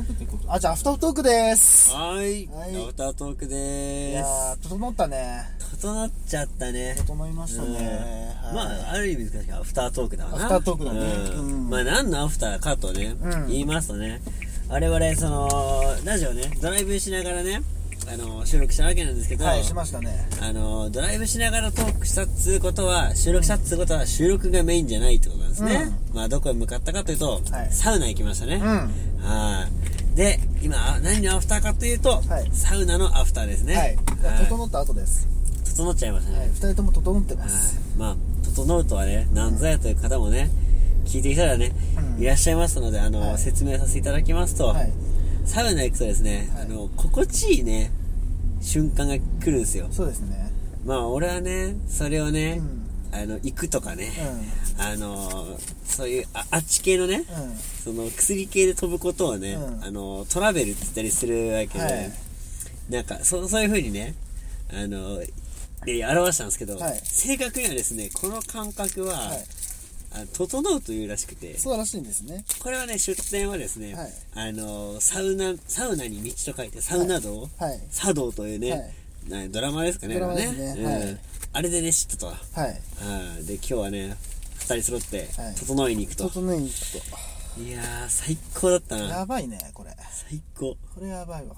アフタートークです。はい。はいアフタートークいでやー、整ったね。す。整っちゃったね。整いましたね。うんはいまあ、ある意味ですけど、アフタートークだわな。アフタートークだねうんうんまあ、何のアフターかとね、うん言いますとね、我々、その、ラジオね、ドライブしながらね、あの、収録したわけなんですけど、はい、しましたね。あの、ドライブしながらトークしたっつうことは、収録したっつうことは、収録がメインじゃないってことなんですね。まあ、どこへ向かったかというと、はいサウナ行きましたね。うん。はい。で、今、あ何のアフターかというと、はいサウナのアフターですね。はい。じゃあ整った後です。整っちゃいましたね。はい、二人とも整ってます。はいまあ、整うとはね、なんぞやという方もね、聞いていたらね、うんいらっしゃいますので、あの、はい説明させていただきますと、はい。サウナ行くとですね、はいあの、心地いいね、瞬間が来るんですよ。そうですね。まあ、俺はね、それをね、うんあの、行くとかね、うあの、そういう、ああっち系のね、ん。うん。その薬系で飛ぶことをね、うんあのトラベルって言ったりするわけで、はいなんかそそういうふうにねあので表したんですけど、はい正確にはですねこの感覚は、はいあの整うというらしくてそうらしいんですね。これはね出典はですね、はいあのサウナサウナに道と書いてサウナ道、はい。茶道というね、はいなドラマですかねドラマあれはですねはいうんあれでね知ったとははい。あで今日はね2人揃ってはい整いに行くと、整いに行くい、やー最高だったと。なやばいね、これ。最高これやばいわ。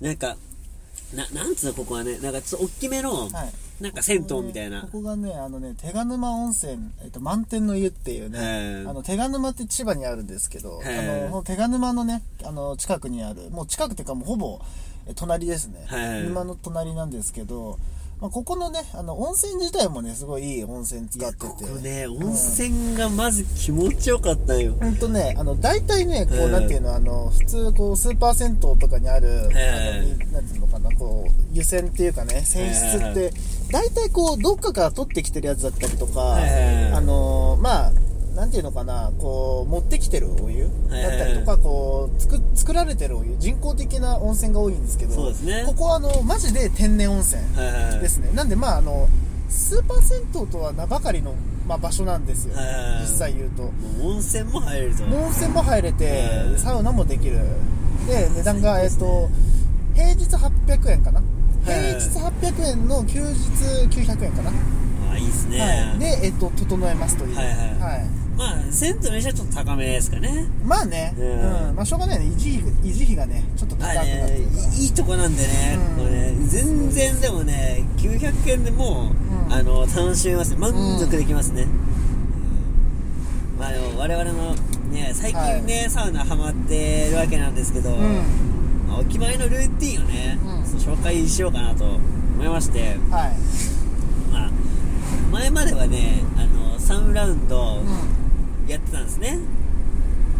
なんか、ななんつうの、ここはね、なんかちょっと大きめの、はい。なんか銭湯みたいなこ。こがね、あのね、手賀沼温泉、えっと、満天の湯っていうね、えあの、手賀沼って千葉にあるんですけど、あへーの、この手賀沼のね、あの、近くにある、もう近くっていうかもうほぼ、え隣ですねへ。ー沼の隣なんですけど、まあ、ここのね、あの、温泉自体もね、すごいいい温泉使ってて。ここね、温泉がまず気持ちよかったよ。うんとね、あの、大体ね、こうう、んなんていうの、あの、普通、こう、スーパー銭湯とかにある、あのえなんていうのかな、こう、湯煎っていうかね、泉質って、大体こう、どっかから取ってきてるやつだったりとか、ええあの、まあ、なんていうのかな、こう、持ってきてるお湯ええだったりとか、こう、つく、作られてるお湯、人工的な温泉が多いんですけど、そうですねここは、あの、マジで天然温泉はいはいはいですね。なんで、まあ、あの、スーパー銭湯とは名ばかりの、まあ、場所なんですよ、はいはいはい実際言うと。もう温泉も入れると。温泉も入れてうんサウナもできるで値段が、えっと平日800円かな平日800円の休日900円かな、あ、いいですね。はい、で、えっと、整えますという、はいはいいまあ、銭湯にしてはちょっと高めですかね。まあね、ううんんまあ、しょうがないね維持費維持費がねちょっと高くまあなってるから、ね、いいいとこなんでね、うんこれね全然でもね、900円でもう、うんあの、楽しめますね。満足できますね。うんまあでも、我々もね、最近ね、サウナハマってるわけなんですけど、うんまあお決まりのルーティンをね、うんちょっと紹介しようかなと思いまして、はいまあ、前まではね、あの、3ラウンドうやってたんですね。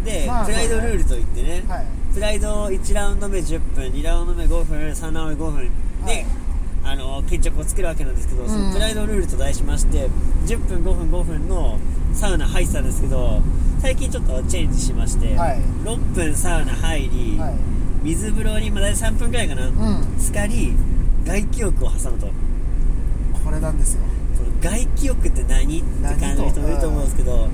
で、まあプライドルールといってね、んはいプライド1ラウンド目10分2ラウンド目5分3ラウンド目5分で、はいあの決着をつけるわけなんですけど、そのうんプライドルールと題しまして10分5分5分のサウナ入ってたんですけど最近ちょっとチェンジしまして、はい6分サウナ入り、はい水風呂にまあ大体3分くらいかな、うん浸かり外気浴を挟むとここれなんですよの外気浴って何って何感じる人もいると思うんですけど、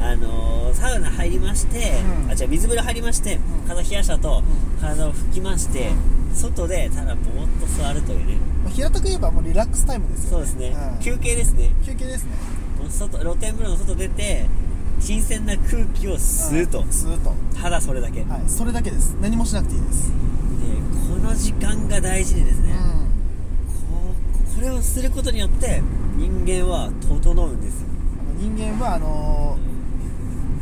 あのサウナ入りまして、うんあじゃ水風呂入りまして、うん体冷やしたと、う体を拭きまして、外でただぼーっと座るというねまあ平たく言えばもうリラックスタイムですそよ、うですね、ん休憩ですね休憩ですねもう外露天風呂の外出て新鮮な空気を吸うと、ん吸うとただそれだけ、ではいそれだけです何もしなくていいですこの時間が大事でですね、うんこうこれをすることによって人間は整うんですよあの人間はあのー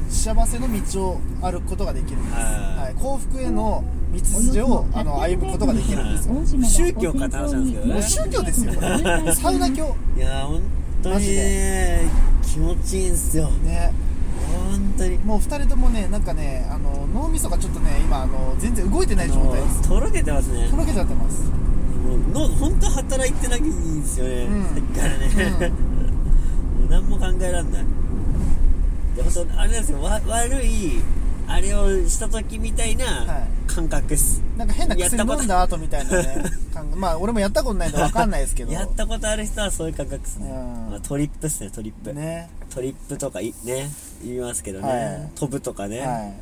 幸せの道を歩くことができるんです、はいはい、幸福への道筋をあの歩むことができるんですよ宗教かって話なんですけどねもう宗教ですよこれサウナ教いやー本当マにジね気持ちいいんすよね本当にもう2人ともねなんかねあの脳みそがちょっとね今あの全然動いてない状態ですとろけてますねとろけちゃってますもう脳本当働いてなきゃいいんですよね、うんさっきからね、もう何も考えらんないで本当あれなんですよわ悪いあれをした時みたいはない感覚っす、なんか変なやった薬こと飲んだ後みたいなね感まあ俺もやったことないんで分かんないですけどやったことある人はそういう感覚っすね、うんまあ、トリップっすねトリップ、ねトリップとかいね言いますけどね、はい飛ぶとかね、は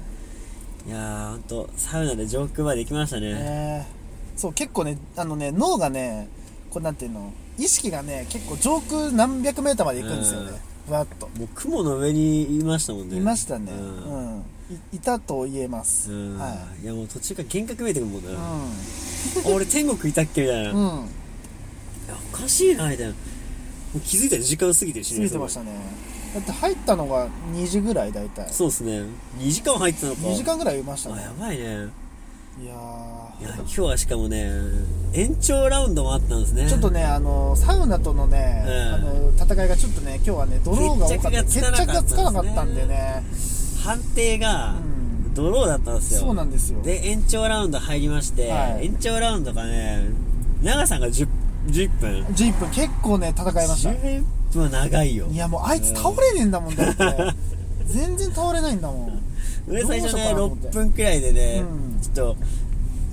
いやーほんとサウナで上空まで行きましたねねそう結構ねあのね脳がねこうなんていうの意識がね結構上空何百メーターまで行くんですよねわっともう雲の上にいましたもんねいましたねう、うんん、いいたと言えますうん、はいやもう途中から幻覚見えてくるもんいな、あ俺天国いたっけみたいな、いやうんうんおかしいなみたいなもう気づいたら時間過ぎてるし過ぎてましたねだって入ったのが2時ぐらい大体そうですね2時間入ってたのか2時間ぐらいいましたあねやばいねいやいやー今日はしかもね延長ラウンドもあったんですねちょっとねあのサウナとのね、うんあの戦いがちょっとね今日はねドローが多かった決決着がつかなかった着がつかなかったんでね判定がうんドローだったんですよそうなんですよで延長ラウンド入りまして、はい延長ラウンドがね長さが 10, 10分10分結構ね戦いました10分は長いよいやもうあいつ倒れねえんだもんだって全然倒れないんだもん俺最初ねどうしようかなと思って6分くらいでね、うんちょっと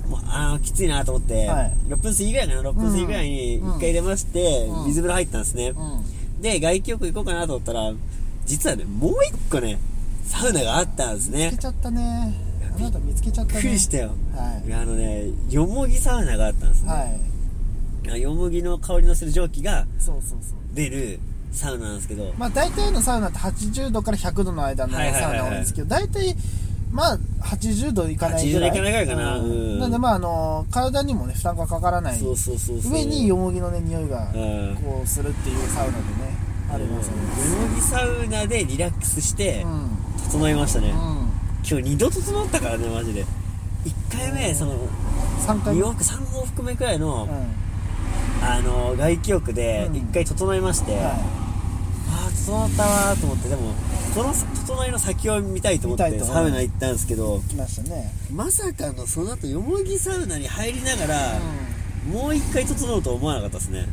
もうあーきついなと思って、はい6分過ぎぐらいかな6分過ぎぐらいにうん1回出まして、うん水風呂入ったんですね、うで外気浴行こうかなと思ったら実はねもう1個ねサウナがあったんですん見つねけちゃったねあなた見つけちゃったびねっくりしたよ、はいいやあのねよもぎサウナがあったんですね、はいよもぎの香りのする蒸気がそうそうそう出るサウナなんですけど、まあ大体のサウナって80度から100度の間のはいはいはいサウはいナ多いんですけど大体まあ80度いかないぐらい80度いかないぐらいかなうんうんなんでまああの体にもね負担がかからないそうそうそうそう上によもぎのね匂いがうんこうするっていうサウナでねありますねうんよもぎサウナでリラックスしてうん整いましたね、うん今日2度整ったからねマジで1回目その3回2目往復3往復目くらいの、うんあの外気浴でうん1回整いまして、はいああ整ったわーと思ってでもこの整いの先を見たいと思っ見たていとサウナ行ったんですけど来ましたね、まさかのその後よもぎサウナに入りながらうん、もう1回整うとは思わなかったですね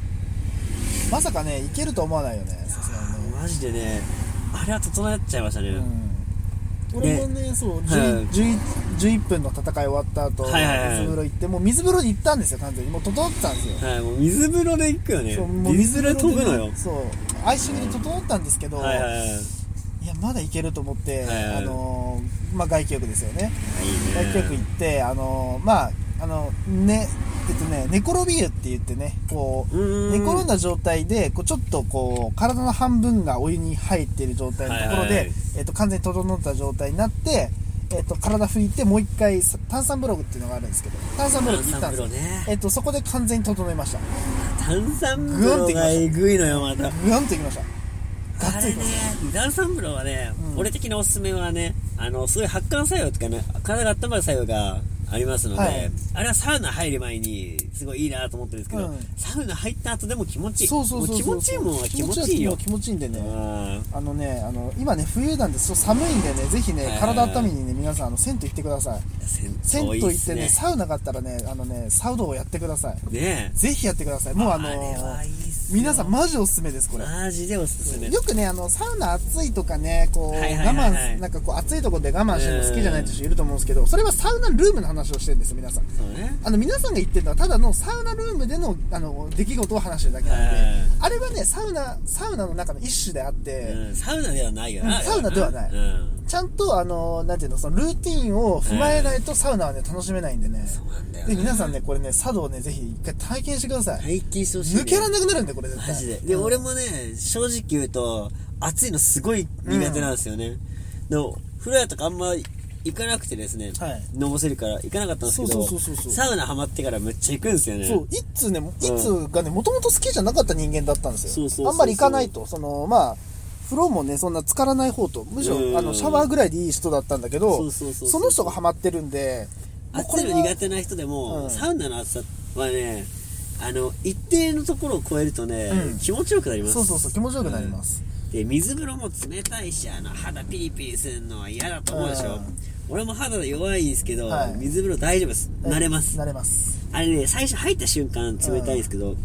まさかねいけると思わないよねさすがにねマジでねあれは整っちゃいましたね、うん俺もねそう、はい10 11, 11分の戦い終わった後、はいはいはい水風呂行ってもう水風呂に行ったんですよ完全にもう整ってたんですよはいもう水風呂で行くよねそうもう水風呂で飛ぶのよ、そうアイシングで整ったんですけど、はいはいいはいいいねやまだいけると思って、はいはいあのーまあ、外気浴ですよね外気浴行ってあのーまああのねえっとね寝転び湯って言ってねこううーん寝転んだ状態でこうちょっとこう体の半分がお湯に入っている状態のとこはろで、いはいえっと完全に整った状態になって、えっと体拭いてもう一回さ炭酸ブログっていうのがあるんですけど炭酸ブログ行ったんですよ、炭酸風呂ねえっとそこで完全に整い ました炭酸風呂がえぐいのよまたグワンといきましたあガッツれリね炭酸風呂はね、うん俺的なおすすめはねあのすごい発汗作用とかね体が温まる作用がありますので、はいあれはサウナ入る前にすごいいいなと思ってるんですけど、うんサウナ入った後でも気持ちいいそうそうそうそうもう気持ちいいもんは気持ちいいよ気持ちいいんでね、うんあのね、あの今ね冬なんでそう寒いんでねぜひはねい体温めにね皆さんあの銭湯行ってください銭銭湯湯いい行っっすてねねサウナがあったらねあのねサウナをやってくださいねぜひやってくださいもうあのあれはいいっすよ皆さんマジおすすめですこれマジでおすすめよくねあのサウナ暑いとかねこうはいはいはいはい我慢なんかこう暑いところで我慢してるの好きじゃないって人いると思うんですけどそれはサウナルームの話をしてるんですよ皆さんそうねあの皆さんが言ってるのはただのサウナルームでのあの出来事を話してるだけなんではいはいはいあれはねサウナサウナの中の一種であってうんサウナではないよな、うんサウナではないうんちゃんとあのなんていうのそのルーティンを踏まえないとサウナはね楽しめないんでねそうなんだよなで皆さんねこれね茶道をねぜひ一回体験してください体験してほしいね、抜けられなくなるんでこれ絶対マジで。で、うん俺もね、正直言うと、暑いのすごい苦手なんですよね。でも、風呂屋とかあんま行かなくてですね、はいのぼせるから行かなかったんですけど、そうそうそうそうそうサウナハマってからめっちゃ行くんですよね。そう、一通ね、一通がね、もともと好きじゃなかった人間だったんですよ。そうそうそうそうあんまり行かないと。その、まあ、風呂もね、そんな浸からない方と、むしうんろ、あの、シャワーぐらいでいい人だったんだけそど、うそうそうそうその人がハマってるんで、もう暑いのは苦手な人でも、うんサウナの暑さはね、あの、一定のところを超えるとね、うん気持ちよくなります。そうそうそう、気持ちよくなります。で、水風呂も冷たいし、あの、肌ピリピリするのは嫌だと思うでしょ。うん俺も肌弱いんですけど、はい水風呂大丈夫です。慣れます。慣れます。あれね、最初入った瞬間冷たいんですけど、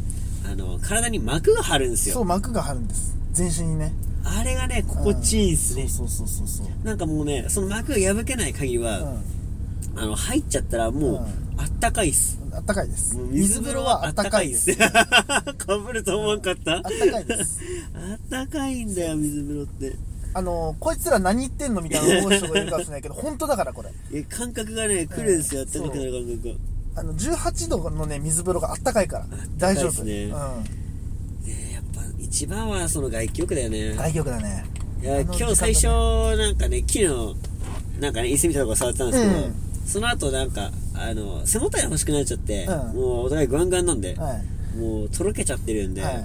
あの、体に膜が張るんですそう、よ。膜が張るんです。全身にね。あれがね、心地いいんですね。そうそうそうそう。なんかもうね、その膜が破けない限りは、うあの、入っちゃったらもう、あったかいっす。ん。あったかいです。もう水風呂はあったかいです。。 かぶると思わんかったあったかいです。あったかいんだよ、水風呂って。あの、こいつら何言ってんのみたいな思う人がいるかもしれないけど、本当だからこれ。え感覚がね来るんですよ、うん暖かくなる感覚があの、18度のね、水風呂があったかいから、大丈夫。あったかいですねえーやっぱ一番はその外気浴だよねうん。大記憶だね。いやあの今日最初なんかね木のなんかね椅子みたいなとこ触ってたんですけど、うんその後なんかあの背もたれ欲しくなっちゃって、うもんうお互いガンガンなんで、はもうとろけちゃってるんい。で、は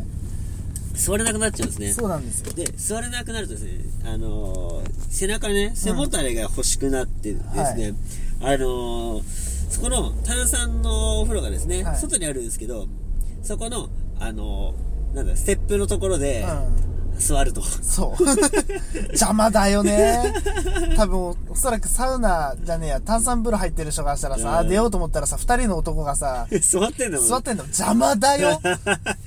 座れなくなっちゃうんでい。すそねうなんですよ。で座れなくなるとですねあのー背中ね背もたれが欲しくなってですね、あのーそこの炭酸のお風呂がですね、はい外にあるんですけどそこのあのーなんだステップのところでう座ると、 そう。 邪魔だよね。多分、おそらくサウナじゃねえや、炭酸風呂入ってる人がしたらさ、うん出ようと思ったらさ、二人の男がさ、座ってんだもん座ってんの邪魔だ よ。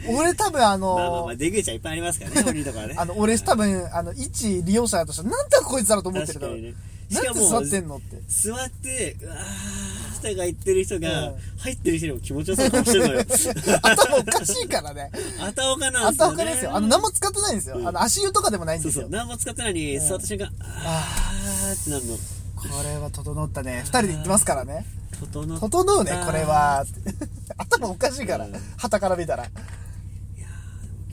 俺多分あの、まあまあまあ、出口はいっぱいありますからね、降りるとかはね。あの、俺多分、あの、一利用者だとしたら、なんだこいつだろうと思って確るけかど、にね。しなかんで座も、ってんのって。座って、うわー、とか言ってる人が、うん入ってる人にも気持ちよさそうな顔してる のよ。頭おかしいからね。あたおかなんですよ、ね。頭おかしいですよ。あの、何も使ってないんですよ。あの、足湯とかでもないんそでうすそう、よ。何も使ってないのに、座った瞬間、あーってなるの。これは整ったね。二人で行ってますからね。整っ整うねあ、ーこれは。 頭おかしいからうん。旗から見たら。いや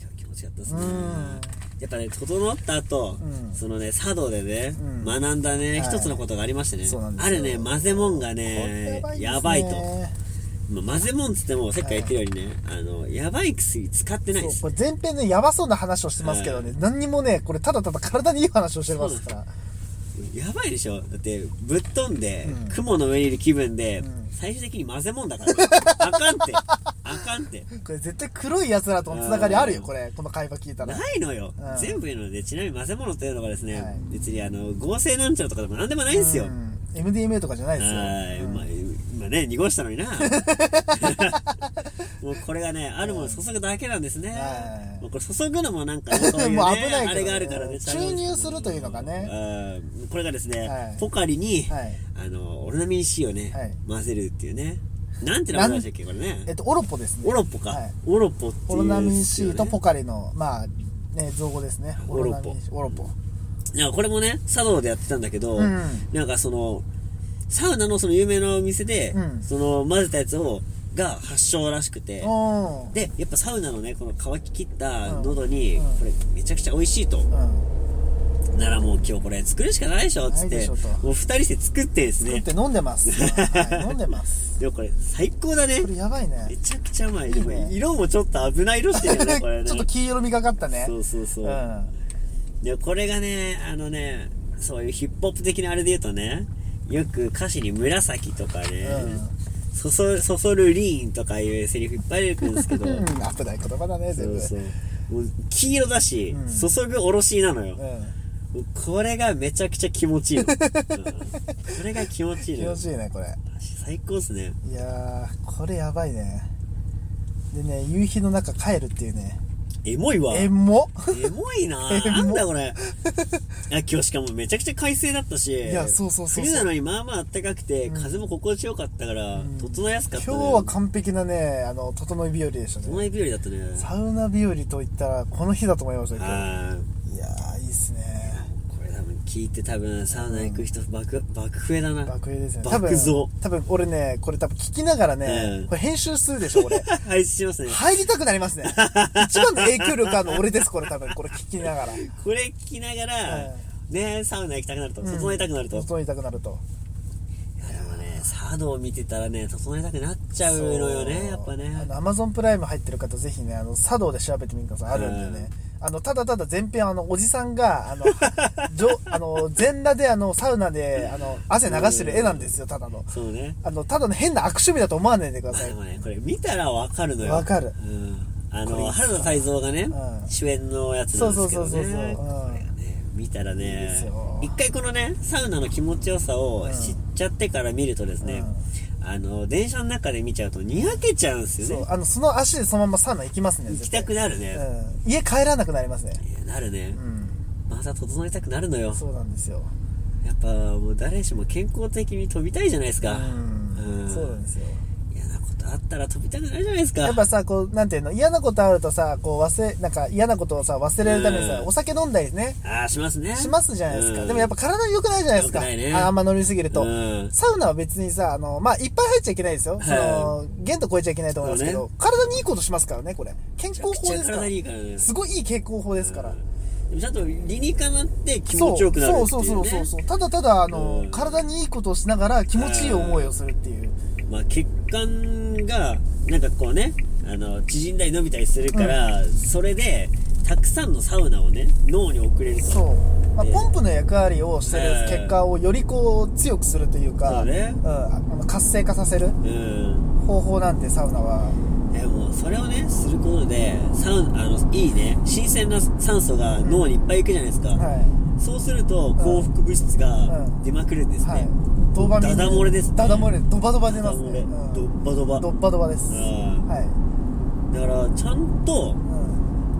ー、でも今日気持ちよかったですうね。ん。やっぱね、整った後、うんそのね、茶道でね、うん学んだね、はい一つのことがありましてね、そうなんですあよるね、混ぜもんがね、やばいと。まあ、混ぜもんっつっても、さっきから言ってるようにね、あの、やばい薬使ってないそでう、す。これ前編でやばそうな話をしてますけどね、何にもね、これただただ体にいい話をしてますから。やばいでしょだって、ぶっ飛んで、うん雲の上にいる気分で、うん最終的に混ぜもんだから、ね、あかんって、あかんって。これ絶対黒い奴らとのつながりあるよ、うんこれ。この会話聞いたら。ないのよ、うん全部いるので、ちなみに混ぜ物というのがですね、はい別にあの、合成なんちゃらとかでもなんでもないんですよ。うはん MDMA とかじゃないですよ。い、うん まあ、今ね、濁したのにな。もうこれがね、あるものを注ぐだけなんですねは。いもうこれ注ぐのもなんか、そういうね、 もう危ないからねあれがあるからね。注入するというのがねうん。これがですね、はいポカリに、はいあの、オルナミン C をね、はい混ぜるっていうね。なんて名前でしたっけ、これねえっ。と、オロポですね。オロポか、はいオロポっていう、オロナミン C とポカリの、まあ、ね、造語ですね。オロポナミン C オロポ。なんかこれもね、茶道でやってたんだけど、うんなんかその、サウナのその有名なお店で、うんその混ぜたやつを、が発祥らしくて、おーで、やっぱサウナのね、この乾ききったうん喉に、うんこれめちゃくちゃ美味しいと。うん。ならもう今日これ作るしかないでしょ、つっないでて。しょともう二人して作ってです食っね。て飲んでます。はい飲んでます。でもこれ最高だねこ。れやばいめね。ちゃくちゃうまい。いいねでも色もちょっと危ない色してる よね、これね。ちょっと黄色みがかったね。そうそうそう。うん。でこれがねあのねそういうヒップホップ的なあれで言うとねよく歌詞に「紫」とかねうん「そそそそるリーン」とかいうセリフいっぱい出てくるんですけどうん、危ない言葉だね、そ全部。うそうもう黄色だし、うん注ぐおろしなのよ、うん。もうこれがめちゃくちゃ気持 ちいいの、うんこれが気持ちいい気の持よちいいね、これ。最高っすねいやー、これやばいね。でね、夕日の中帰るっていうね。エモいわえエもモいな エモなんだこれあ今日しかもめちゃくちゃ快晴だったしいや、そうそうそうそう。冬なのにまあまあ暖かくて、風も心地よかったから、整えやすかった、ね、今日は完璧なね、あの、整い日和でしたね。整え日和だったねサウナ日和と言ったら、この日だと思いましたよ、今あ日。いやー、いいっすね。ーこれ多分聞いて多分サウナ行く人爆,、爆増えだな爆ですね。多分爆増、多分俺ね、これ多分聞きながらね、うんこれ編集するでしょ、 俺。 配信しますね入りたくなりますね。一番の影響力あるの俺です、これ多分。これ聞きながら。これ聞きながら、うねサウナ行きたくなると、うん整えたくなると、い整いたくなると。やでもねサウナを見てたらね整えたくなっちゃうのよねやっぱねアマゾンプライム入ってる方、ぜひね、あの、茶道で調べてみてください。あるんでね。あの、ただただ前編、あの、おじさんが、あの、 じょあの、全裸で、あの、サウナで、あの、汗流してる絵なんですよ、ただの。そうねあの、ただの変な悪趣味だと思わないでくだまさあいで。もねこれ見たらわかるのよわかるうんあこれいいのっす原田泰造がね、うん主演のやつなんですけどねそうそうそうそうそううんこれがね見たらいいですねよ一回このねサウナの気持ちよさをうん知っちゃってから見るとですね、あの電車の中で見ちゃうとにやけちゃうんですそようね、あの、その足でそのままサウナ行きますね、行きたく絶なるね対、うん。家帰らなくなりますね。いやなるねう、ん。また整えたくなるのよそうなんですよ。やっぱもう誰しも健康的に飛びたいじゃないですうか、うんんそうなんですよ。嫌なこだったら飛びたくなるじゃないですか。やっぱさ、こう、なんていうの、嫌なことあるとさ、こう忘れ、なんか嫌なことをさ、忘れるためにさ、うんお酒飲んだりね、ああ、しますね。しますじゃないですか。うんでもやっぱ体に良くないじゃないですか。良くないねああんま飲みすぎると。うんサウナは別にさ、あの、まあ、いっぱい入っちゃいけないですよ。その、限度超えちゃいけないと思いますけそど、う体にいいことしますからね、これ。健康法ですから体。にいいからね。すごいいい健康法ですから。でもちゃんと理にかなって気持ちよくなるっていう、ね。そうそうそうそうそう。ただただ、あの、うん体にいいことをしながら気持ちいい思いをするっていう。まあ、血管がなんかこうねあの縮んだり伸びたりするから、それでたくさんのサウナをね脳に送れるとそう。まあ、でポンプの役割をしてるうん結果をよりこう強くするというか、そうねん、あの活性化させるうん方法なんで、サウナは。でもそれをねすることでサウあのいいね新鮮な酸素が脳にいっぱいいくじゃないですか、はそうすると幸福物質がうん出まくるんですい。はね、い。ドーパミン。ダダ漏れですねダダ漏れ、ドバドバ出だまかすらね。俺うんドッバドバドッバドバです。うんはい。だからちゃんと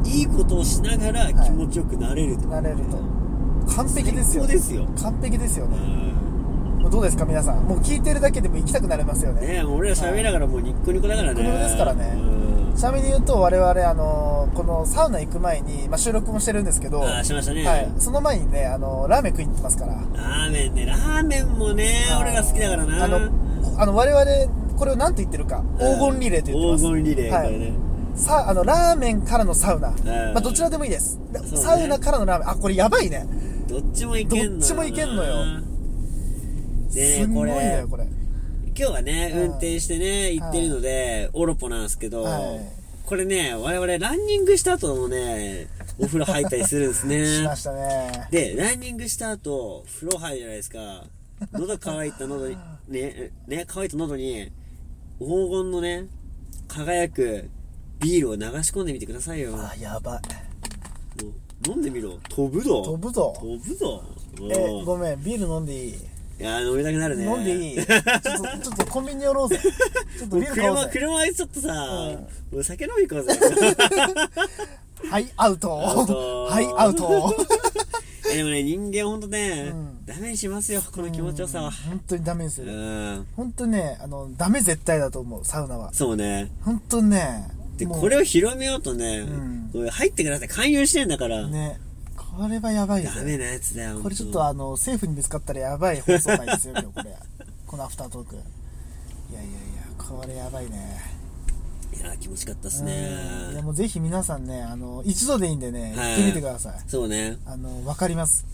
ういいことをしながら気持ちよくなれると、ん。なれると。完璧です最よ。高ですよ完璧ですようね。んもうどうですか、皆さん。もう聞いてるだけでも行きたくなりますよね。ねもう俺ら喋りながらもうニッコニコだからねニッコニコですからねうんちなみに言うと我々あのこのサウナ行く前に、まあ、収録もしてるんですけどあーしましたねはい、その前にねあのラーメン食いに行ってますからラーメンねラーメンもねあー俺ら好きだからなあのあの我々これを何と言ってるか黄金リレーと言ってます黄金リレーはこれねい、さあのラーメンからのサウナ、まあ、どちらでもいいです、ねサウナからのラーメンあこれやばいねどっちもいけんのよなどっちもいけんのよですんこごいれねこれ今日はねうん運転してね行ってるのでオロポなんですけどはいこれね我々ランニングした後もねお風呂入ったりするんですし ねましたねでランニングした後風呂入るじゃないですか喉乾いた喉にねね乾いた喉に黄金のね輝くビールを流し込んでみてくださいよもあやばいう飲んでみろ飛ぶぞ飛ぶぞ飛ぶぞもうえごめんビール飲んでいいいやー飲みたくなるね飲ん でいいちょっとちょっとコンビニ寄ろうぜちょっともうビール買おう車ぜ車でちょっとさ、もう酒飲み行こうぜ はい、アウト。アウトはい、アウト。えでもね人間ほんとね、んダメにしますよこの気持ちよさは本当にダメですうよ。ん本当にね、あの、ダメ絶対だと思う、サウナは。そうね本当にね。で、もうこれを広めようとね、んこれ入ってください。勧誘してんだから。ね。これはやばいでダすメよ。なやつだよ。これちょっとあの、政府に見つかったらやばい放送回ですよ、今日これ。 このアフタートーク。いやいやいや、これやばいね。本当にいや、気持ちよかったっすうんいや、ね。もうぜひ皆さんね、あの、一度でいいんでね、はい行ってみてください。そうね。あの、わかります。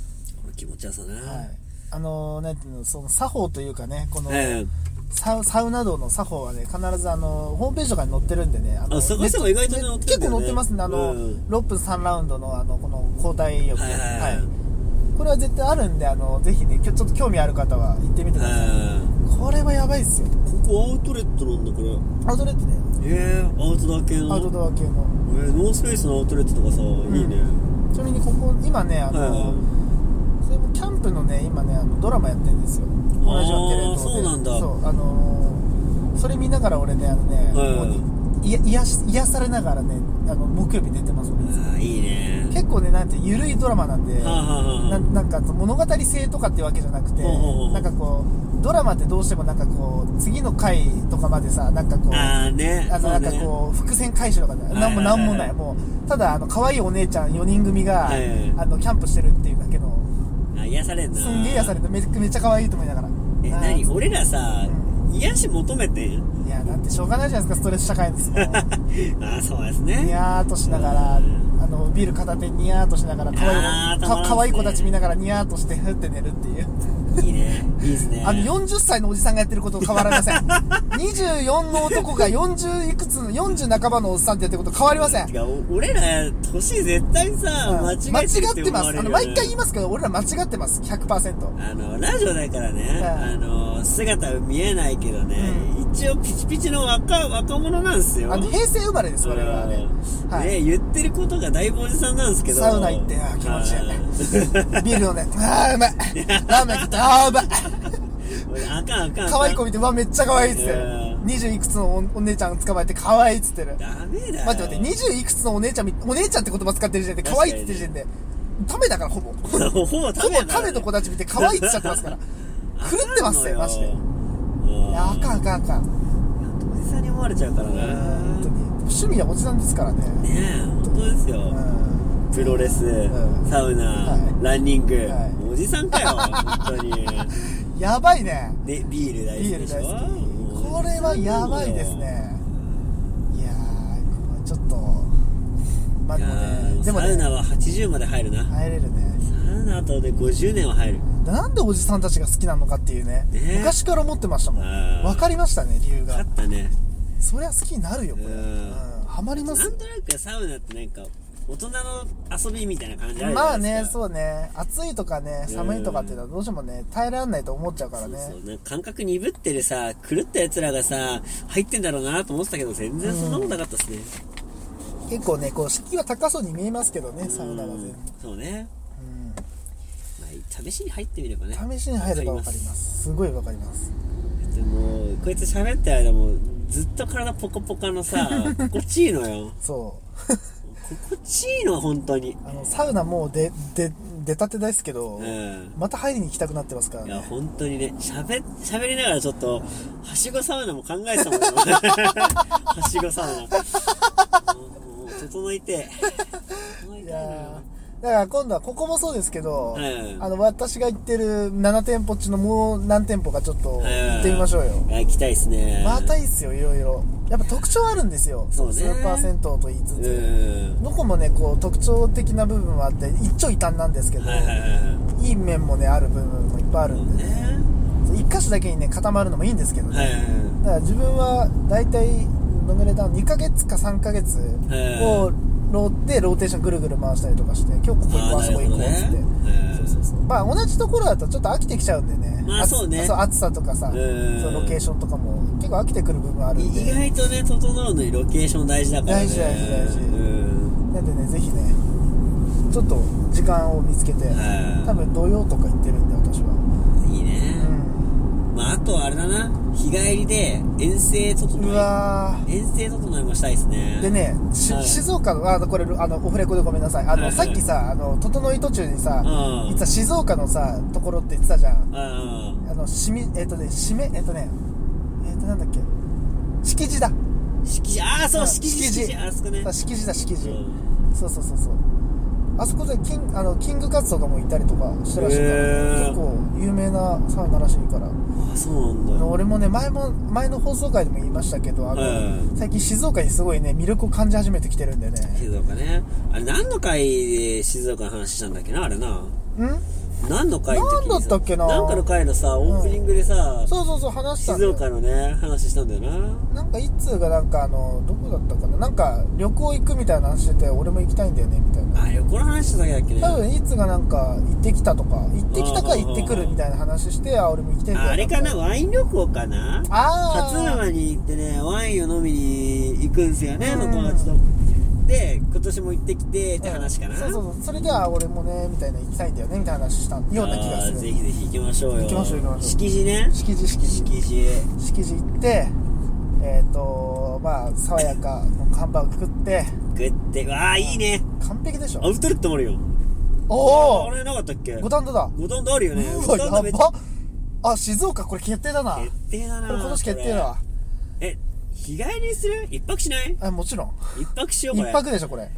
この気持ちよさな。はい。あの、なんていうの、その、作法というかね、この、ええサウサウナ道の作法はね必ずあのホームページとかに載ってるんでねああ探せばネット意外とね載ってるんだ結よね構載ってますねあの、うん6分3ラウンドのあのこの交代欲はいはいはいこれは絶対あるんであのぜひねきょちょっと興味ある方は行ってみてください、あこれはやばいっすよーここアウトレットなんだ、これ。アウトレットねえー、アウトドア系の。アウトドア系のえーノースペースのアウトレットとかさ、いいね。ちなみにここ今ねあの、はいはそれもキャンプのね今ねあのドラマやってるんですよ同じようなテレ東でそうなんだそうあのーそれ見ながら俺ねあのね、はいもういや癒やし癒やされながらねあの木曜日寝てます俺いあーいいね。結構ねなんてゆるいドラマなんで、はあ、はあはなあ、なんか物語性とかってわけじゃなくて、ほうほうほうなんかこうドラマってどうしてもなんかこう次の回とかまでさなんかこうあーね。あのなんかそうねこう伏線回収とかねなんもはいはいはいなんもないもうただあの可愛いお姉ちゃん4人組が、はいはいあのキャンプしてるっていうだけのあ、癒されんな。すんげえ癒されてめめっちゃ可愛いと思いながらえ、あー何俺らさう、癒し求めてんいやだってしょうがないじゃないですかストレス社会ですもんあー、そうですね。ニヤーっとしながらあのビール片手にニヤーっとしながら可愛あいーたまらん子かっすね可愛い子たち見ながらニヤーっとしてふって寝るっていういいね。いいですね。あの40歳のおじさんがやってることと変わり ません24の男が40いくつの40半ばのおっさんってやってること変わりませんてかお俺ら、年絶対さ、間違間違えてるっってて思まわすれあるのよね毎回言いますけど俺ら間違ってます100%あの、ラジオだからね、はいあの、姿は見えないけどね、一応ピチピチの若、若者なんですよ。あの平成生まれです我々はねうんはいね言ってることがだいぶおじさんなんですけど。サウナ行ってあー気持ちいいねビール飲んであー うまいラーメン食ってあーうまいい。あかんあかんあかん。可愛い子見て、うわ、めっちゃ可愛いっつっていやー二十いくつのおお姉ちゃん捕まえて、可愛いっつってる。ダメだよ。待って待って、二十いくつのお姉ちゃんみ、お姉ちゃんって言葉使ってる時点で、確か可愛いにっつってる時点で、ためだから、ほぼ。ほぼ、ほぼ食べための子たち見て、可愛いっつっちゃってますから。狂ってますよ、マジで。いや、あかんあかんあかん。おじさんに思思われちゃうからな本当に趣味はおじさんですからねねえ本当ですよ、うんプロレス、んサウナ、はいランニング、はいおじさん かよ本当にやばいねでビール大ビ好きーでルし大ょ好きもうこれはやばいですねいやーこれはちょっとまあいでやもーねでもサウナねは80まで入るな、入れるねサウナあとで50年は入るなんでおじさんたちが好きなのかっていうねね昔から思ってましたもんあー分かりましたね理由が勝ったねそりゃ好きになるよこれううんんハマりなまんすとなくサウナってなんか大人の遊びみたいな感じあるじまゃあないでねすかそうね暑いとかね寒いとかっていうのはどうしてもね耐えられないと思っちゃうからねそうなんか感覚鈍ってるさ狂ったやつらがさ入ってんだろうなと思ってたけど全然そんなことなかったっすね、結構ねこう敷居は高そうに見えますけどねサウナは全そうね、うまんあ、試しに入ってみればね試しに入れば分かりますすごい分かりますでもこいつ喋ってる間もずっと体ポカポカの さ心地いいのよそう心地いいの本当にあのサウナもう出出出たてですけど、うんまた入りに行きたくなってますからいやね本当にね喋喋りながらちょっとはしごサウナも考えてたも んねはしごサウナもうもう整いてえ整いたいいのやよーだから今度はここもそうですけど、はいあの私が行ってる7店舗っちのもう何店舗かちょっとはい行ってみましょうよ、いや行きたいっすねまたいいっすよいろいろやっぱ特徴あるんですよそうねスーパー銭湯と言いうつつ、んどこもねこう特徴的な部分はあって一長一短なんですけど、はいはいはいはいい、い面もねある部分もいっぱいあるそうんでねね一箇所だけにね固まるのもいいんですけどね、はいはいだから自分は大体どのぐらいだ2ヶ月か3ヶ月えをローでローテーションぐるぐる回したりとかして今日ここ行こうあーあそこ行こうっなるつっほて、どねそうそうそうまあ同じところだとちょっと飽きてきちゃうんでね,暑、まあそうね暑さとかさ、うんそうロケーションとかも結構飽きてくる部分あるんで意外とね整うのにロケーション大事だからね大事大事大事うんなんでねぜひねちょっと時間を見つけてはい多分土曜とか行ってるんで私は、いいね、うまああとはあれだな日帰りで遠征整ん、うえわー遠征整えもしたいですねでね、しはい静岡の、あの、これ、あの、オフレコでごめんなさい。あの、はいさっきさ、あの、整い途中にさ、うん実は静岡のさ、ところって言ってたじゃん。ああの、しみ、えっ、とね、しめ、えっ、とね、えっ、と、なんだっけ、敷地だ。あ敷地ああそううん敷地敷地敷地あそこねさ敷地だ、敷地。うんそうそうそうそう。あそこでキンあのキングカツとかもいたりとかしてらしいから、へー結構有名なサウナらしいから、あそうなあんだの俺もね前も前の放送回でも言いましたけどあの、うん最近静岡にすごいね魅力を感じ始めてきてるんでね静岡ねあれ何の回で静岡の話したんだっけなあれなうん何の回の時にさ何だったっけな何かの回のさオープニングでさ、そうそうそう話したん静だよ岡のね話したんだよななんか一通がなんかあのどこだったかななんか旅行行くみたいな話してて俺も行きたいんだよねみたいなあ旅行の話しただけだっけね多分一通がなんか行ってきたとか行ってきたか行ってくるみたいな話してあ俺も行きたいんだよあれかなみたいワイン旅行かなあ勝ー浦に行ってねワインを飲みに行くんすよね、うん友達とで今年も行ってきてって話かな、そうそうそうそれでは俺もねみたいな行きたいんだよねみたいな話したような気がすあーぜるひぜひ行きましょうよ行きましょう行きましょう敷地ね敷地敷地敷地敷地行ってえっ、とまあ爽やかのハンバーグ食って食ってわあいいね完璧でしアょウトレットもあるよおおあれなかったっけ五反田だ五反田あるよねう五反わや田ばめっっちゃあ静岡これ決定だな決定だなこれ今年決定だわこれえ日帰りにする一泊しないあもちろん一泊しようこ一れ泊でしょこれ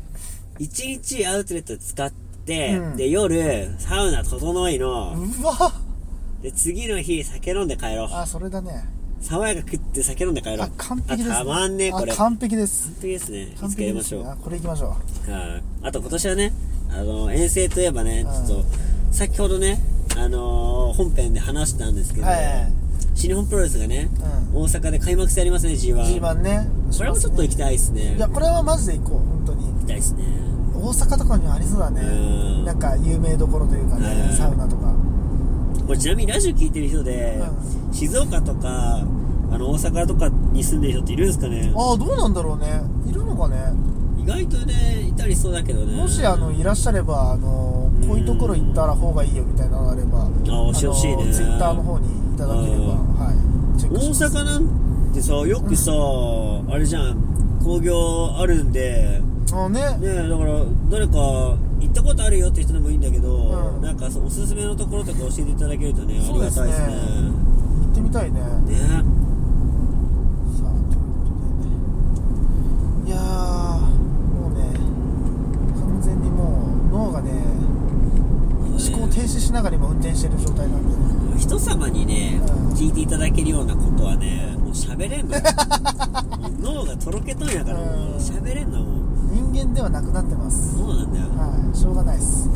一日アウトレット使って、うんで夜サウナ整いの、うわで次の日酒飲んで帰ろうあそれだね爽やか食って酒飲んで帰ろうあ完璧です、あたまんねえこれあ完完璧です璧ですねい完つかや璧りでますしょねうあこれ行きましょはいあと今年はねあの遠征といえばねちょっうと先ほどねあのー本編で話したんですけうど、はいはい新日本プロレスがね、う大阪で開幕戦ありますね G1 G1 ねこれもちょっと行きたいですねいやこれはマジで行こう本当に行きたいですね大阪とかにはありそうだねうんなんか有名どころというかうねんサウナとかこれちなみにラジオ聞いてる人で、静岡とかあの大阪とかに住んでる人っているんですかねああどうなんだろうねいるのかね意外とねいたりそうだけどねもしあのいらっしゃればあのこういうところ行ったら方がいいよみたいなのがあればあ教えてほしいねツイッターの方にいただければうんはいチェッ大クします阪なんてさよくさ、あれじゃん工業あるんであねねえだから誰か行ったことあるよって人でもいいんだけど、うんなんかそおすすめのところとか教えていただけるとねあそりうがですたいねですね行ってみたいねねさあということでかね思考停止しながら今運転してる状態なんでね人様にね、うん聞いていただけるようなことはねもう喋れんのよ 脳がとろけとんやからもう喋れんのもう人間ではなくなってますそうなんだよはいしょうがないっす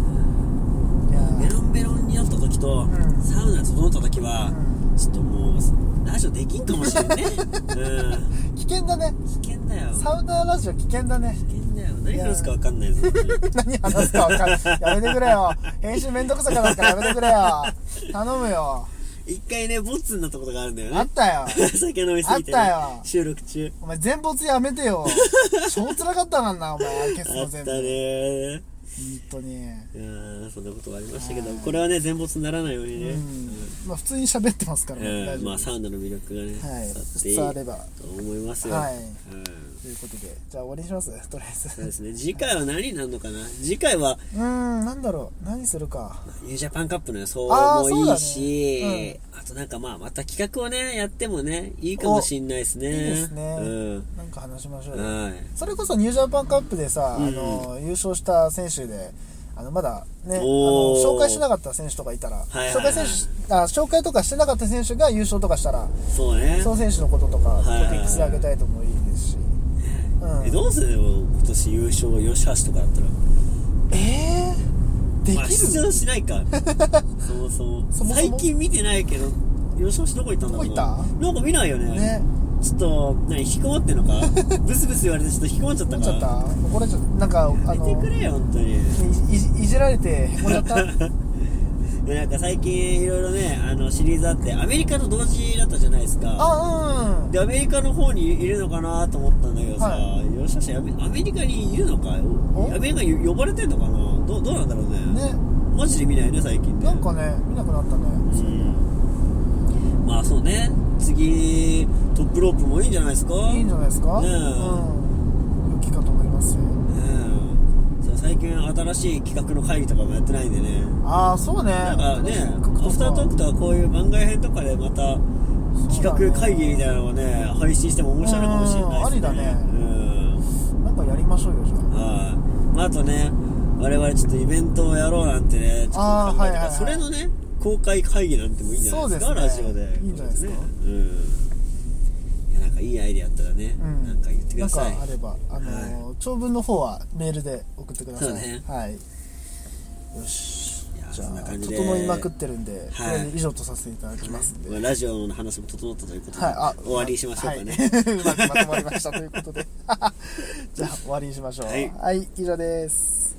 いやベロンベロンになった時と、うんサウナに整った時は、うちょっともうラジオできんかもしれん ねうー危険だねん危険だよサウナーラジオ危険だね 危険だよ何話すか分かんないぞ何話すか分かんないやめてくれよ編集めんどくさくなるからやめてくれよ頼むよ一回ねボッツになったことがあるんだよあねったよ酒飲みすぎて、ね、あったよ収録中お前全没やめてよ超辛かったからなお前消すあのったね全部本ー当にいやーそんなことがありましたけどこれはね全没にならないようにね、ううんんまあ普通に喋ってますからうねん大丈ま夫あサウナの魅力がね、はい伝わっていい伝わればと思いますよ、はいうん、ということでじゃあ終わりにしますとりあえそうでずすね次回は何になるのかな次回はうーんなんだろう何するかニュージャパンカップの予想あもーいいしそあ,、うだねとなんかまあまた企画をねやってもねいいかもしんないですねいいですねうんなんか話しましょうよはいそれこそニュージャパンカップでさ、うんあの優勝した選手であのまだねあのおー紹介しなかった選手とかいたら、いはいはい紹介選手あ紹介とかしてなかった選手が優勝とかしたらそうねその選手のこととかいはいはいトピックスであげたいともいいですし、うんえどうするでも今年優勝吉橋とかだったらえー、できる、まあ、出場しないか そもそもそもそも最近見てないけど予想しどこ行ったんだろうなどこ行なんか見ないよねねちょっと何引きこもってんのかブスブス言われてちょっと引きこもっちゃった怒かっちゃった怒られちゃったなんかあやめてのくれよ本当にいいじいじられてへこんじゃった でなんか最近いろいろねあのシリーズあってアメリカと同時だったじゃないですかあうんでアメリカの方にいるのかなと思ったんだけどさ、はよしよしアメアメリカにいるのかおアメリカに呼ばれてんのかなどうどうなんだろうねねマジで見ないね最近ねなんかね見なくなったねうんまあそうね次トップロープもいいんじゃないですかいいんじゃないですか、ねえうん良きかと思いますようんそう最近新しい企画の会議とかもやってないんでねああそうねなんかねそうかアフタートークとかこういう番外編とかでまた企画会議みたいなのをね配信しても面白いのかもしれないですうんありだねうんなんかやりましょうよじゃはいまああとね我々ちょっとイベントをやろうなんてねちょっとあー考えてはいたはいはいそれのね公開会議なんてもいいんじゃないですかそうですねラジオでいいんじゃないですかうんいやなんかいいアイデアあったらね、あうんなんか言ってくださいなんかあればあのー長文の方はメールで送ってくださいそうねはいよしいやじゃそんなあ感じで整いまくってるんで、はいこれで以上とさせていただきますんで、まあラジオの話も整ったということで、はい、あ終わりにしましょうかね、はい う まくまとまりましたということでじゃあ終わりにしましょうはいはい、以上です